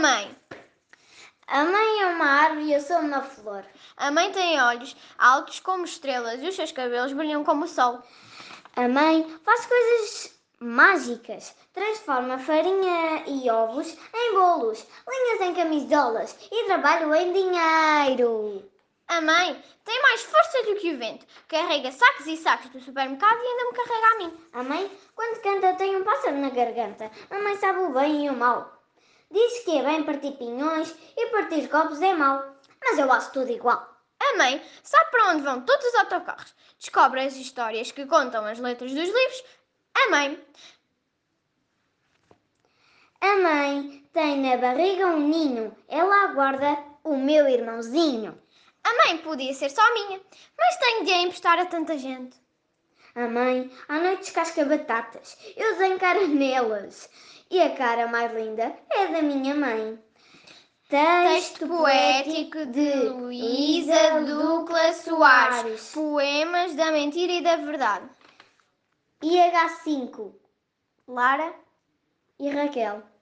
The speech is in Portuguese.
mãe? A mãe é uma árvore e eu sou uma flor. A mãe tem olhos altos como estrelas e os seus cabelos brilham como o sol. A mãe faz coisas mágicas. Transforma farinha e ovos em bolos, linhas em camisolas e trabalho em dinheiro. A mãe tem mais força do que o vento, carrega sacos e sacos do supermercado e ainda me carrega a mim. A mãe, quando canta, tem um pássaro na garganta. A mãe sabe o bem e o mal. Diz que é bem partir pinhões e partir copos é mau. Mas eu acho tudo igual. A mãe sabe para onde vão todos os autocarros, descobre as histórias que contam as letras dos livros. A mãe A mãe tem na barriga um ninho. Ela aguarda o meu irmãozinho. A mãe podia ser só minha, mas tenho de a emprestar a tanta gente. A mãe à noite descasca batatas. Eu desencara nelas. E a cara mais linda é da minha mãe. Texto poético de Luísa Ducla Soares. Poemas da mentira e da verdade. IH5, Lara e Raquel.